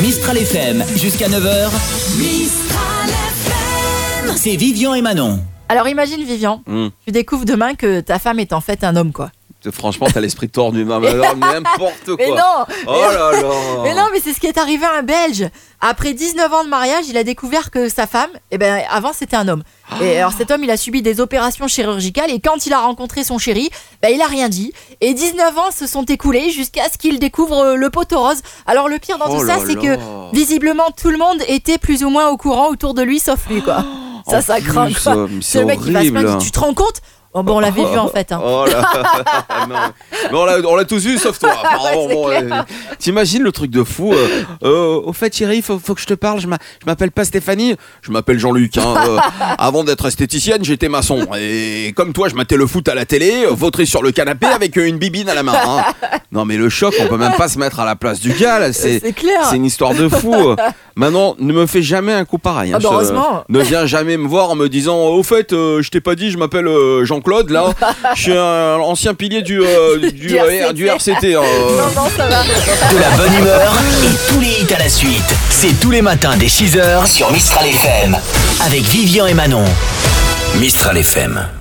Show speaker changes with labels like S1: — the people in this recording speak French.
S1: Mistral FM. Jusqu'à 9h. Mistral FM. C'est Vivian et Manon.
S2: Alors imagine Vivian,
S3: Hum.
S2: tu découvres demain que ta femme est en fait un homme quoi.
S3: Franchement, t'as l'esprit tordu, mais alors, n'importe quoi.
S2: Mais non
S3: Oh là là
S2: Mais non, mais c'est ce qui est arrivé à un Belge. Après 19 ans de mariage, il a découvert que sa femme, eh ben, avant c'était un homme.
S3: Ah.
S2: Et alors cet homme, il a subi des opérations chirurgicales et quand il a rencontré son chéri, ben, il a rien dit. Et 19 ans se sont écoulés jusqu'à ce qu'il découvre euh, le poteau rose. Alors le pire dans tout
S3: Oh
S2: ça,
S3: là
S2: c'est
S3: là.
S2: que visiblement tout le monde était plus ou moins au courant autour de lui, sauf lui quoi. Ça,
S3: En
S2: ça craint
S3: plus,
S2: quoi.
S3: euh, mais
S2: C'est
S3: C'est
S2: le mec qui va se
S3: horrible.
S2: plaindre. Tu te rends compte Oh, bon, on l'avait vu en fait. hein.
S3: Oh là là, non. Mais on l'a- on l'a tous eu sauf toi. Bon,
S2: c'est
S3: bon, euh, T'imagines le truc de fou euh, euh, Au fait, chérie, faut, faut que je te parle. Je m'a- je m'appelle pas Stéphanie, je m'appelle Jean-Luc. hein. Euh, avant d'être esthéticienne, j'étais maçon. Et comme toi, je matais le foot à la télé, euh, vautré sur le canapé avec euh, une bibine à la main. hein. Non, mais le choc, on peut même pas se mettre à la place du gars. là, C'est
S2: C'est clair.
S3: c'est une histoire de fou. Maintenant, ne me fais jamais un coup pareil. hein.
S2: Ah bah,
S3: Je-
S2: heureusement.
S3: ne viens jamais me voir en me disant Au fait, euh, je t'ai pas dit, je m'appelle euh, Jean-Claude, là. Je suis un ancien pilier du, euh, du,
S2: Du
S3: euh, R-
S2: RCT.
S3: du RCT. hein.
S2: Non, non, ça va.
S1: De la bonne humeur et tous les hits à la suite. C'est tous les matins dès 6h sur Mistral FM. Avec Vivian et Manon. Mistral FM.